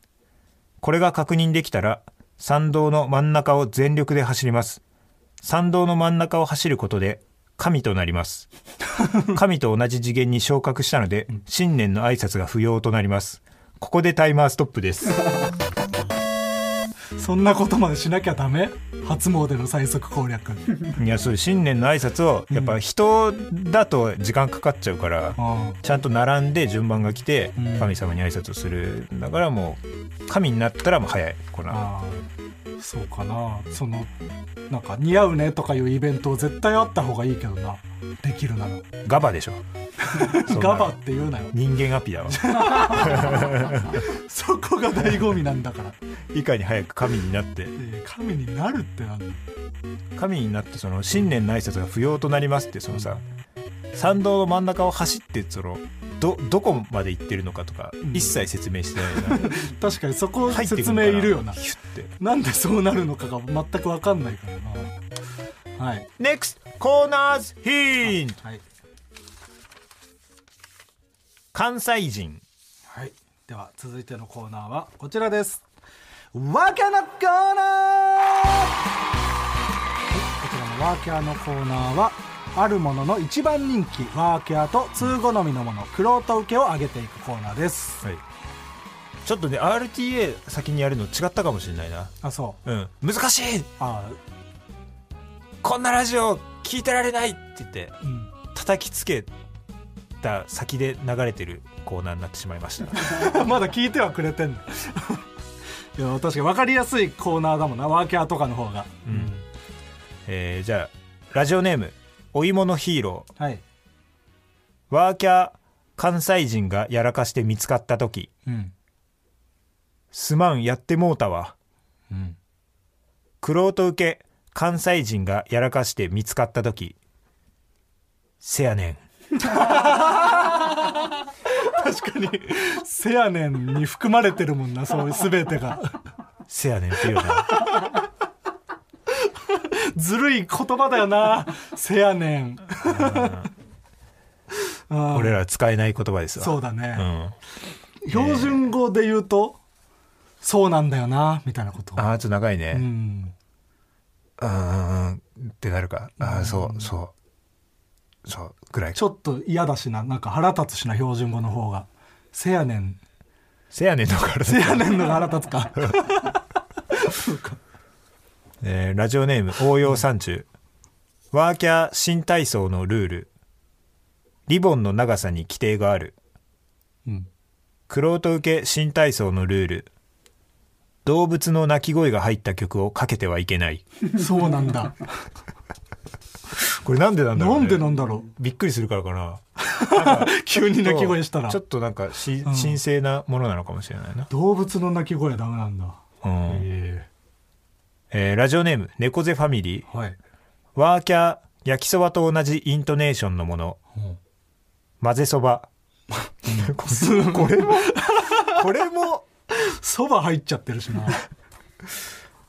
B: これが確認できたら参道の真ん中を全力で走ります参道の真ん中を走ることで神となります神と同じ次元に昇格したので新年の挨拶が不要となりますここでタイマーストップです
C: そんなことまでしなきゃダメ初詣の最速攻略
B: いやそういう新年の挨拶をやっぱ人だと時間かかっちゃうから
C: あ
B: ちゃんと並んで順番が来て
C: うん
B: 神様に挨拶をするだからもう神になったらもう早いこの
C: あーそうかなそのなんか似合うねとかいうイベント絶対あった方がいいけどなできるなら
B: ガバでしょそんな
C: ガバって言うなよ
B: 人間アピだわ
C: そこが醍醐味なんだから
B: いかに早く神になって
C: いや神になるってなんだよ
B: 神になってその新年の挨拶が不要となりますってそのさ参道の真ん中を走ってそのどどこまで行ってるのかとか
C: ん
B: 一切説明して ないな
C: 確かにそこ
B: 入ってくのか
C: 説
B: な
C: 明いるよな
B: ヒュッて
C: なんでそうなるのかが全く分かんないからなはい
B: NEXT コーナーズヒント
C: はい、
B: 関西人
C: はい、では続いてのコーナーはこちらですワーキャーのコーナーはいこちらのワーキャーのコーナーはあるものの一番人気ワーキャーと通好みのものクロート受けを上げていくコーナーです
B: はいちょっとね RTA 先にやるの違ったかもしれないな
C: あそう
B: うん難しい
C: あ
B: こんなラジオ聞いてられないって言って
C: うん
B: 叩きつけた先で流れてるコーナーになってしまいました
C: まだ聞いてはくれてんの いや確かに分かりやすいコーナーだもんなワーキャーとかの方が
B: うんえーじゃあラジオネームお芋のヒーロー
C: はい、
B: ワーキャー関西人がやらかして見つかった時
C: うん
B: すまんやってもうたわ
C: うん、
B: くろうと受け関西人がやらかして見つかった時せやねん
C: 確かに「せやねん」に含まれてるもんなそういう全てが
B: せやねんっていう な
C: ずるい言葉だよな「せやね ん」あ
B: 俺ら使えない言葉ですわ
C: そうだ
B: う
C: ね、
B: ん、あ
C: 標準語で言うと「そうなんだよな」みたいなこと
B: あーちょっと長いうね
C: ん
B: うんうんうんってなるかああそうそうそうぐらい
C: ちょっと嫌だしななんか腹立つしな標準語の方が「せやねん」
B: せやねんのから
C: せやねんのが腹立つか。
B: えーラジオネーム応用山中ワーキャー新体操のルールリボンの長さに規定がある
C: うん。
B: クロート受け新体操のルール動物の鳴き声が入った曲をかけてはいけない
C: そうなんだ。
B: これなんでなんだろ
C: な
B: う、ね、
C: んでなんだろ
B: びっくりするからかな
C: う。 急に鳴き声したら
B: ちょ。っとなんかし、
C: ん
B: 神聖なものなのかもしれないな、
C: 動物の鳴き声はダメなんだ。
B: うん
C: え
B: えーラジオネーム猫背ファミリー
C: えはい。
B: ワーキャー焼きそばと同じイントネーションのもの混ぜそばこれこれもこれも
C: そば入っちゃってるしな。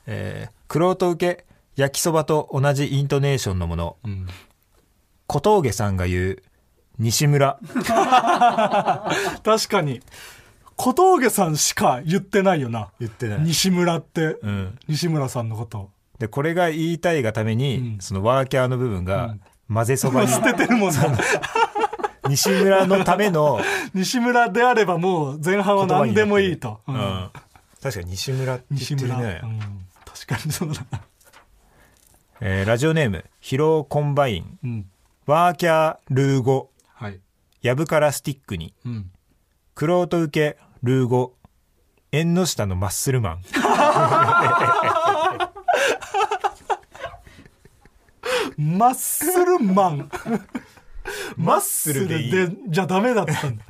B: えー、クロ受け焼きそばと同じイントネーションのもの
C: うん。
B: 小峠さんが言う西村
C: 確かに。小峠さんしか言ってないよな。
B: 言ってな
C: 西村って、
B: うん、
C: 西村さんのこと。
B: でこれが言いたいがために、
C: うん
B: そのワーキャーの部分が、混ぜそ ばに
C: 捨ててるもんな。
B: 西村のための
C: 西村であればもう前半は
B: 言葉
C: 何
B: になってる
C: でもいいと。
B: う
C: うんん
B: 確かに西村って
C: 西
B: 言ってる
C: 村、
B: ね、
C: うん。確かにそうだな。
B: えーラジオネーム疲労コンバイン
C: うん。
B: ワーキャールー語
C: はい。
B: やぶからスティックに
C: うん。
B: クロート受けルー語縁の下のマッスルマン
C: マッスルマン。マ
B: マ
C: ッ
B: ッ
C: ス
B: ス
C: ル
B: ル
C: で
B: でいい
C: じゃダメだった んだ。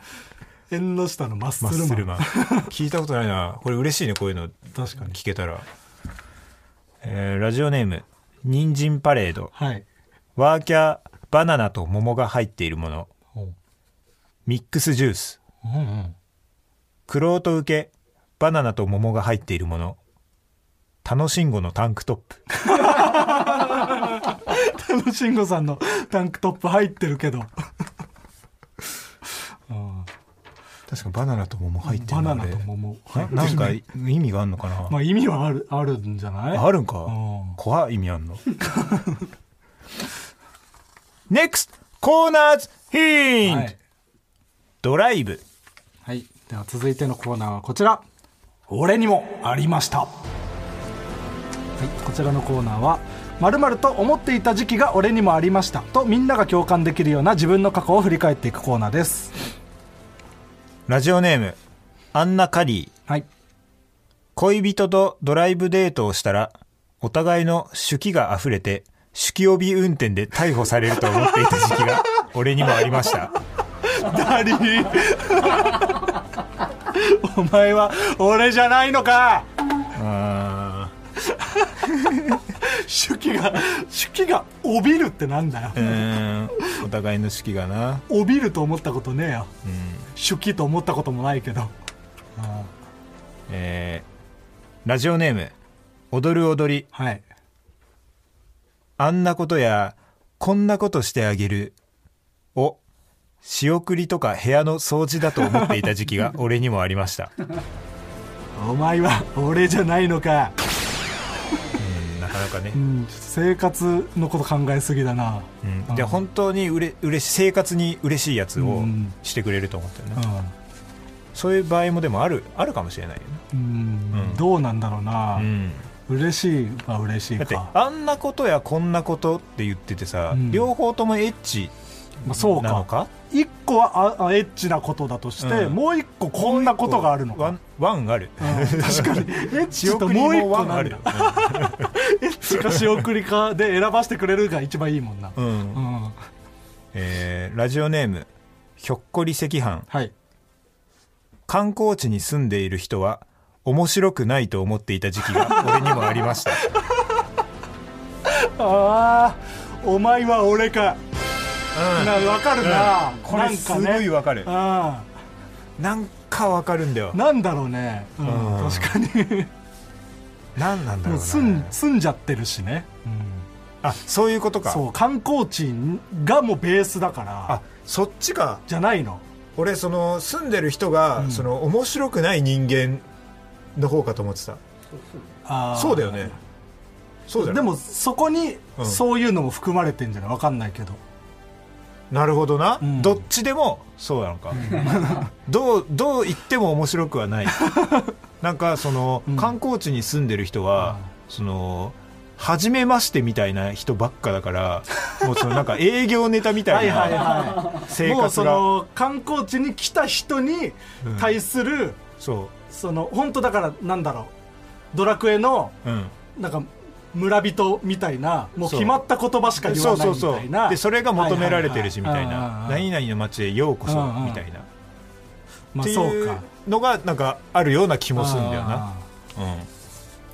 C: 縁の下のマッス
B: マッス
C: ル
B: ル
C: マン。
B: マン聞いたことないなこれ嬉しいねこういうの
C: 確かに。
B: 聞けたら、えーラジオネーム人参パレード
C: はい。
B: ワーキャーバナナと桃が入っているもの
C: うん
B: ミックスジュース
C: うん。
B: クロート受けバナナと桃が入っているもの楽しんごのタンクトップ
C: タノシンゴさんのタンクトップ入ってるけど。うん
B: 確かバナナと桃入ってる
C: バ
B: の
C: ナ
B: あれ
C: ナと桃。
B: ななんか意味があんのかな、
C: まあ意味はある、あるんじゃない
B: あるんか
C: うん
B: 怖い意味あんの NEXT コーナーズヒント、
C: はい。
B: ドライブ
C: はい。では続いてのコーナーはこちら。俺にもありました。はい。こちらのコーナーは、まると思っていた時期が俺にもありましたとみんなが共感できるような自分の過去を振り返っていくコーナーです。
B: ラジオネームアンナ・カリー
C: はい。
B: 恋人とドライブデートをしたらお互いの手記が溢れて手記帯運転で逮捕されると思っていた時期が俺にもありました
C: ダリー お前は俺じゃないのか
B: あ
C: 手記が、手記が帯びるってなんだよ。
B: ーうーんお互いの手記がな
C: 帯びると思ったことねえよ。手記と思ったこともないけど。
B: えーラジオネーム踊る踊り
C: はい。
B: あんなことやこんなことしてあげるを仕送りとか部屋の掃除だと思っていた時期が俺にもありました
C: お前は俺じゃないのか
B: うんなかなかね
C: う、んちょっと生活のこと考えすぎだな
B: うん、で本当にうれ嬉しい生活に嬉しいやつ
C: う
B: を
C: ん
B: してくれると思ったよね、
C: う
B: そういう場合もでもあるあるかもしれないよね、
C: ん、うん
B: うん
C: どうなんだろうな、
B: うん
C: 嬉しいは嬉しい
B: だって
C: か、
B: あんなことやこんなことって言っててさ、
C: うん
B: 両方ともエッチ
C: まあ、そう
B: なの
C: か
B: か
C: 一個はああエッチなことだとして、
B: うん
C: もう一個こんなことがあるの
B: ワ
C: か
B: ンワンある、
C: うん確かにエッ
B: 仕
C: チと
B: 送り
C: もう一
B: も
C: 個
B: ワン
C: な
B: あ
C: ん
B: る
C: だ
B: よ
C: エッチか仕送りかで選ばせてくれるが一番いいもんな、
B: うん、
C: うん
B: えーラジオネームひょっこり赤飯
C: はい
B: 観光地に住んでいる人は面白くないと思っていた時期 が俺にもありました
C: あーお前は俺か、
B: うん
C: なわかるな、
B: うんこれすごいわかる
C: あ
B: なんかわかるんだよ
C: なんだろうね、うん
B: うん
C: 確かに
B: なんなんだろうな
C: 住ん住んじゃってるしね、
B: あそういうことか
C: そう観光地がもうベースだから
B: あそっちか
C: じゃないの
B: 俺その住んでる人が、
C: うん
B: その面白くない人間の方かと思ってた
C: あー
B: そうだよねそうだよね
C: でもそこに
B: うん
C: そういうのも含まれてんじゃないわかんないけど
B: なるほどな、
C: うん
B: どっちでもそうなのか、 どうどう言っても面白くはない なんかその、
C: うん
B: 観光地に住んでる人は、その初めましてみたいな人ばっかだからもうそのなんか営業ネタみた
C: はいいはい
B: な
C: は
B: 生活
C: い
B: が、
C: もうその観光地に来た人に
B: うん
C: 対する、
B: そ
C: その本当だからなんだろうドラクエの
B: ううん
C: なんか村人みたいなもう
B: そう
C: 決まった言葉しか言わないみたいな
B: でそれが求められてるしみ
C: は
B: たい
C: はは
B: な
C: あー
B: 何々の街へようこそ
C: うんうん
B: みたいなっ
C: まあ
B: て
C: そ
B: いうう
C: か
B: のがなんかあるような気もするんだよな
C: あ
B: うん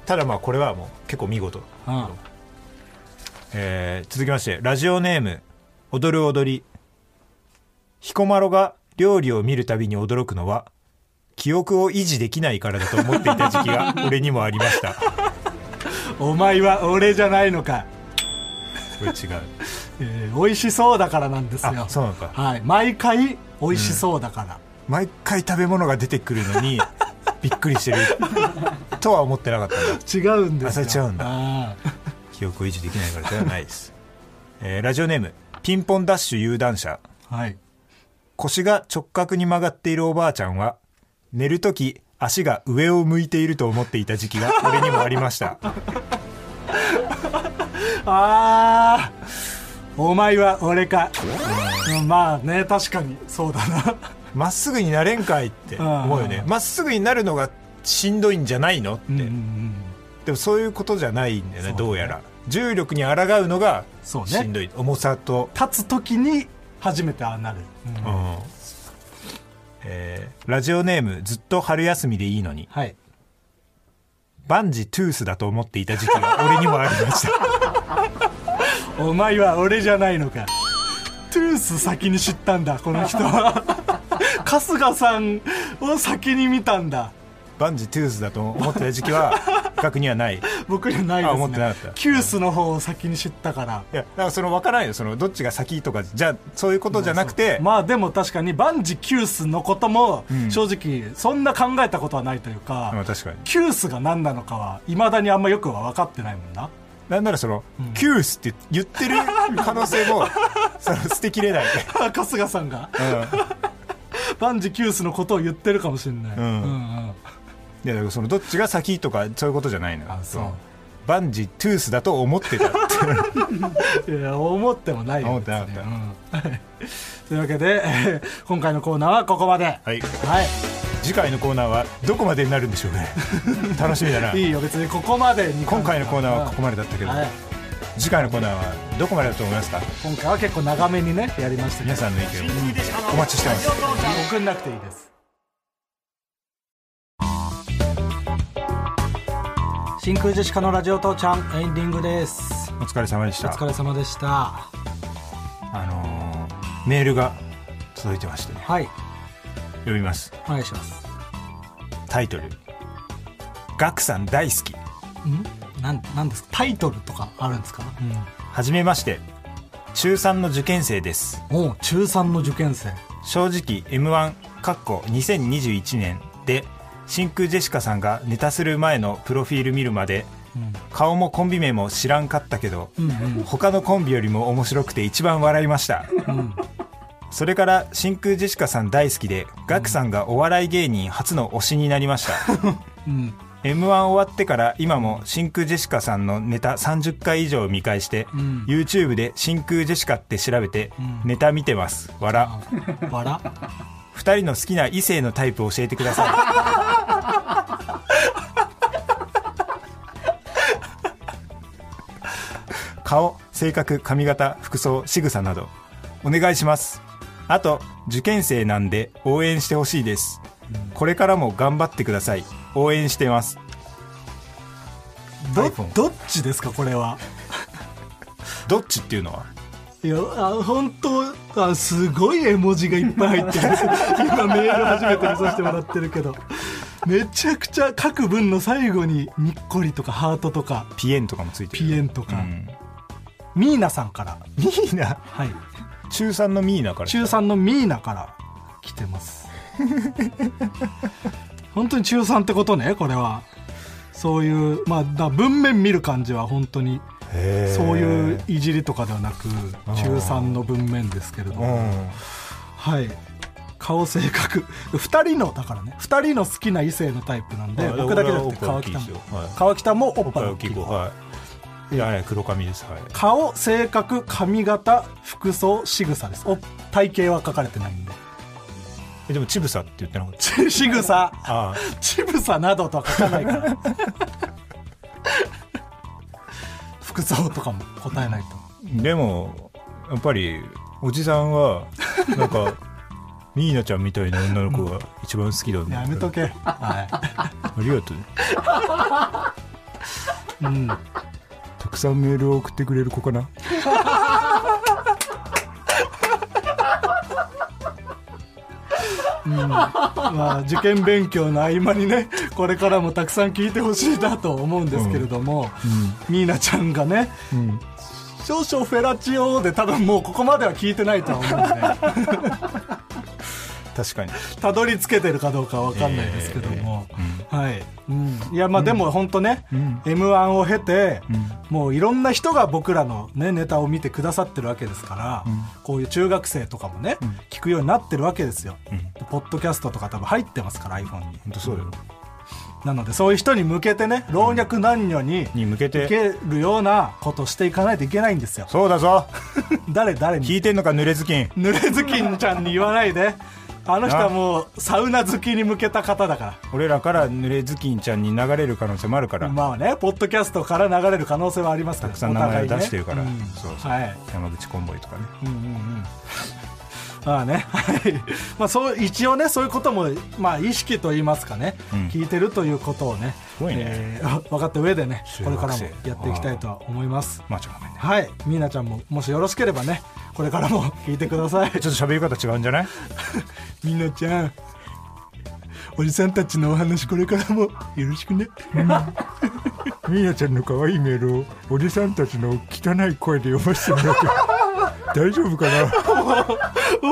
B: ただまあこれはもう結構見事
C: ーうん
B: えー続きましてラジオネーム「踊る踊り」彦摩呂が料理を見るたびに驚くのは記憶を維持できないからだと思っていた時期が俺にもありました こ
C: お前は俺じゃないのか、
B: れ違う
C: えー、美味しそうだからなんですよ
B: あそうなのか
C: はい毎回美味しそうだから、
B: 毎回食べ物が出てくるの にびっくりしてるとは思ってなかったんだ
C: 違うんですよ
B: あそれ違うんだ
C: あー
B: 記憶を維持できないからではないです、えーラジオネームピンポンダッシュ有段者
C: はい
B: 腰が直角に曲がっているおばあちゃんは寝るとき足が上を向いていると思っていた時期が俺にもありました
C: あーお前は俺か、うんまあね確かにそうだな
B: まっすぐになれんかいって思うよ
C: うん
B: ね
C: うん
B: まっすぐになるのがしんどいんじゃないのって、
C: うんうんうん
B: でもそういうことじゃないんだよね
C: そうだね
B: どうやら重力に抗うのが
C: そうね
B: しんどい、重さと、
C: 立つ時に初めてああなる、うん
B: うんえーラジオネームずっと春休みでいいのに
C: はい
B: バンジトゥースだと思っていた時期が俺にもありました
C: お前は俺じゃないのかトゥース先に知ったんだこの人は 春日さんを先に見たんだ
B: バンジトゥースだと思ってた時期は比較にはない
C: 僕にはないですね
B: あ思ってなかった
C: キュースの方を先に知ったから
B: いやだからその分からないよそのどっちが先とかじゃそういうことじゃなくて、
C: まあでも確かに万事キュースのことも
B: うん
C: 正直そんな考えたことはないというか、
B: まあ確かに
C: キュースが何なのかはいまだにあんまよくは分かってないもんな
B: なんならその、キュースって言ってる可能性もその捨てきれない、
C: 春日さんが
B: うん、いや
C: 万事キュースのことを言ってるかもしれない、
B: うん
C: うん
B: だからそのどっちが先とかそういうことじゃないのよ
C: あそう
B: バンジトゥースだと思ってたって
C: うんいや思っても ないよ
B: 思ってなかった
C: 別にうんはいというわけで、 えー今回のコーナーはここまでは
B: はい
C: い
B: 次回のコーナーはどこまでになるんでしょう ね楽しみだない
C: いよ別にここまでに
B: 今回のコーナーはここまでだったけど、
C: はい
B: 次回のコーナーはどこまでだと思いますか
C: 今回は結構長めにねやりましたけ
B: 皆
C: ど
B: さんの意見をお待ちしてます
C: 送んなくていいです真空ジェシカのラジオ父ちゃんエンディングです
B: お疲れ様でし
C: お
B: た
C: 疲れ様でした
B: あのーメールが届いてまして
C: はい
B: 読みます
C: お願いします
B: タイトル「ガクさん大好き」
C: んなんなんですかタイトルとかあるんですか、
B: 「はじめまして中3の受験生です
C: もう中3の受験生
B: 正直 m 1かっこ2021年で真空ジェシカさんがネタする前のプロフィール見るまで顔もコンビ名も知らんかったけど、他のコンビよりも面白くて一番笑いました、それから真空ジェシカさん大好きでガクさんがお笑い芸人初の推しになりました、m 1終わってから今も真空ジェシカさんのネタ30回以上見返して、
C: ん
B: YouTube で真空ジェシカって調べてネタ見てます笑
C: バラ
B: 二人の好きな異性のタイプ教えてください顔性格髪型服装仕草などお願いしますあと受験生なんで応援してほしいですこれからも頑張ってください応援してます
C: ど
B: iPhone
C: どっちですかこれは
B: どっちっていうのはい
C: やあ本当あすごい絵文字がいっぱい入ってる今メール初めて見させてもらってるけどめちゃくちゃ各文の最後ににっこりとかハートとか
B: ピエンとかもついてる
C: ピエンとか
B: うん
C: ミーナさんから
B: ミーナ
C: はい
B: 中3のミーナから
C: 中3のミーナから来てます本当に中3ってことねこれはそういうまあだ文面見る感じは本当に
B: へー
C: そういういじりとかではなく中3の文面ですけれど
B: う
C: も
B: ん
C: はい顔性格2 人のだからね2人の好きな異性のタイプなんで
B: はい
C: 僕だけじゃなくて
B: 俺はお
C: 川
B: っぱい大きいで
C: 北も
B: すよはい
C: 川北もおっぱい
B: はい
C: 大
B: 大
C: き
B: き
C: い
B: い子はいいやいや黒髪ですはい
C: 顔性格髪型服装仕草ですお体型は書かれてない んで
B: えでもちぶさって言ってなかっ
C: 仕草
B: たああ
C: ちぶさなどとは書かないから 服装とかも答えないと
B: でもやっぱりおじさんはなん かミーナちゃんみたいな女の子が一番好きだね
C: やめとけは
B: ありがとう
C: い、うん、
B: たくさんメールを送ってくれる子かな
C: まあ受験勉強の合間にねこれからもたくさん聞いてほしいなと思うんですけれども、ミーナちゃんがね
B: うん
C: 少々フェラチオで多分もうここまでは聞いてないとは思うん
B: 確かに
C: でたどり着けてるかどうかは分かんないですけども、はい、うん、いやまあでも本当ね、m 1を経て、もういろんな人が僕らの、ね、ネタを見てくださってるわけですから、こういう中学生とかもね、聞くようになってるわけですよ、でポッドキャストとか多分入ってますから iPhone に
B: 本当そうだよ
C: なのでそういう人に向けてね老若男女に
B: に向けて
C: 受けるようなことをしていかないといけないん ですよ
B: そうだぞ
C: 誰誰に
B: 聞いてんのか濡れずきん
C: 濡れずきんちゃんに言わないであの人はもうサウナ好きに向けた方だか
B: 俺らから濡れずきんちゃんに流れる可能性もあるからら、
C: まあねポッドキャストから流れる可能性はありますけど
B: たくさん名前を出してるから、
C: お互いねうん
B: そうそう、
C: はい
B: 山口コンボイとかね
C: まあね、 はいまあ、そう一応ねそういうことも、まあ、意識といいますかね、
B: うん
C: 聞いてるということをね
B: すごいね
C: えー分かった上でね
B: 中
C: これから
B: 学
C: も
B: 生
C: やっていきたいとは思います
B: まあちょっとごめんね
C: はいみーなちゃんももしよろしければねこれからも 聞いてください
B: ちょっと喋り方違うんじゃない
C: みなちゃんおじさんたちのお話これからもよろしくね
B: ミーナちゃんの可愛いメールをおじさんたちの汚い声で読ませてもらって大丈夫かな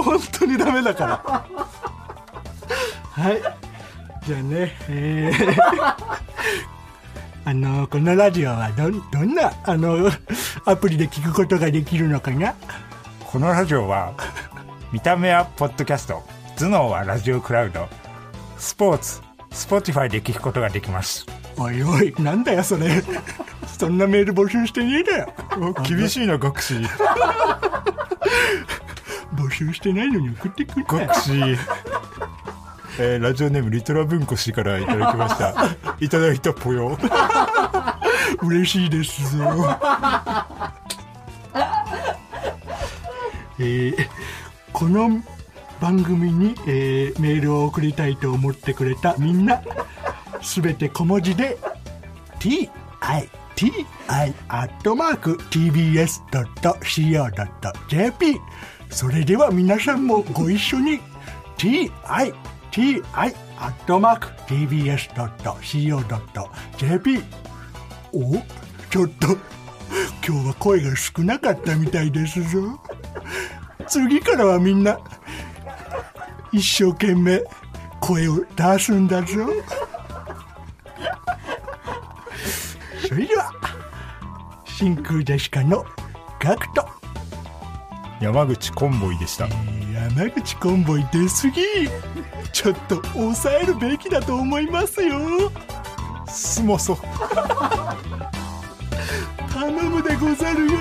C: 本当にダメだからはいじゃあねえー あのこのラジオはどんどんなあのアプリで聞くことができるのかな
B: このラジオは見た目はポッドキャスト頭脳はラジオクラウドスポーツスポティファイで聞くことができます
C: おいおいなんだよそれ そんなメール募集してねえだよ
B: 厳しいな学士
C: 募集してないのに送ってくる
B: 学士、えーラジオネームリトラ文庫氏からいただきましたいただいたぽよ
C: 嬉しいですぞ。 えーこの番組に、えーメールを送りたいと思ってくれたみんな、すべて小文字で、t i t i アットマーク tbs co jp。それでは皆さんもご一緒に t i t i アットマーク tbs co jp。おちょっと今日は声が少なかったみたいですぞ次からはみんな一生懸命声を出すんだぞそれでは真空ジェシカのガクト
B: 山口コンボイでした
C: 山口コンボイ出すぎちょっと抑えるべきだと思いますよ
B: すもそ
C: 頼むでござるよ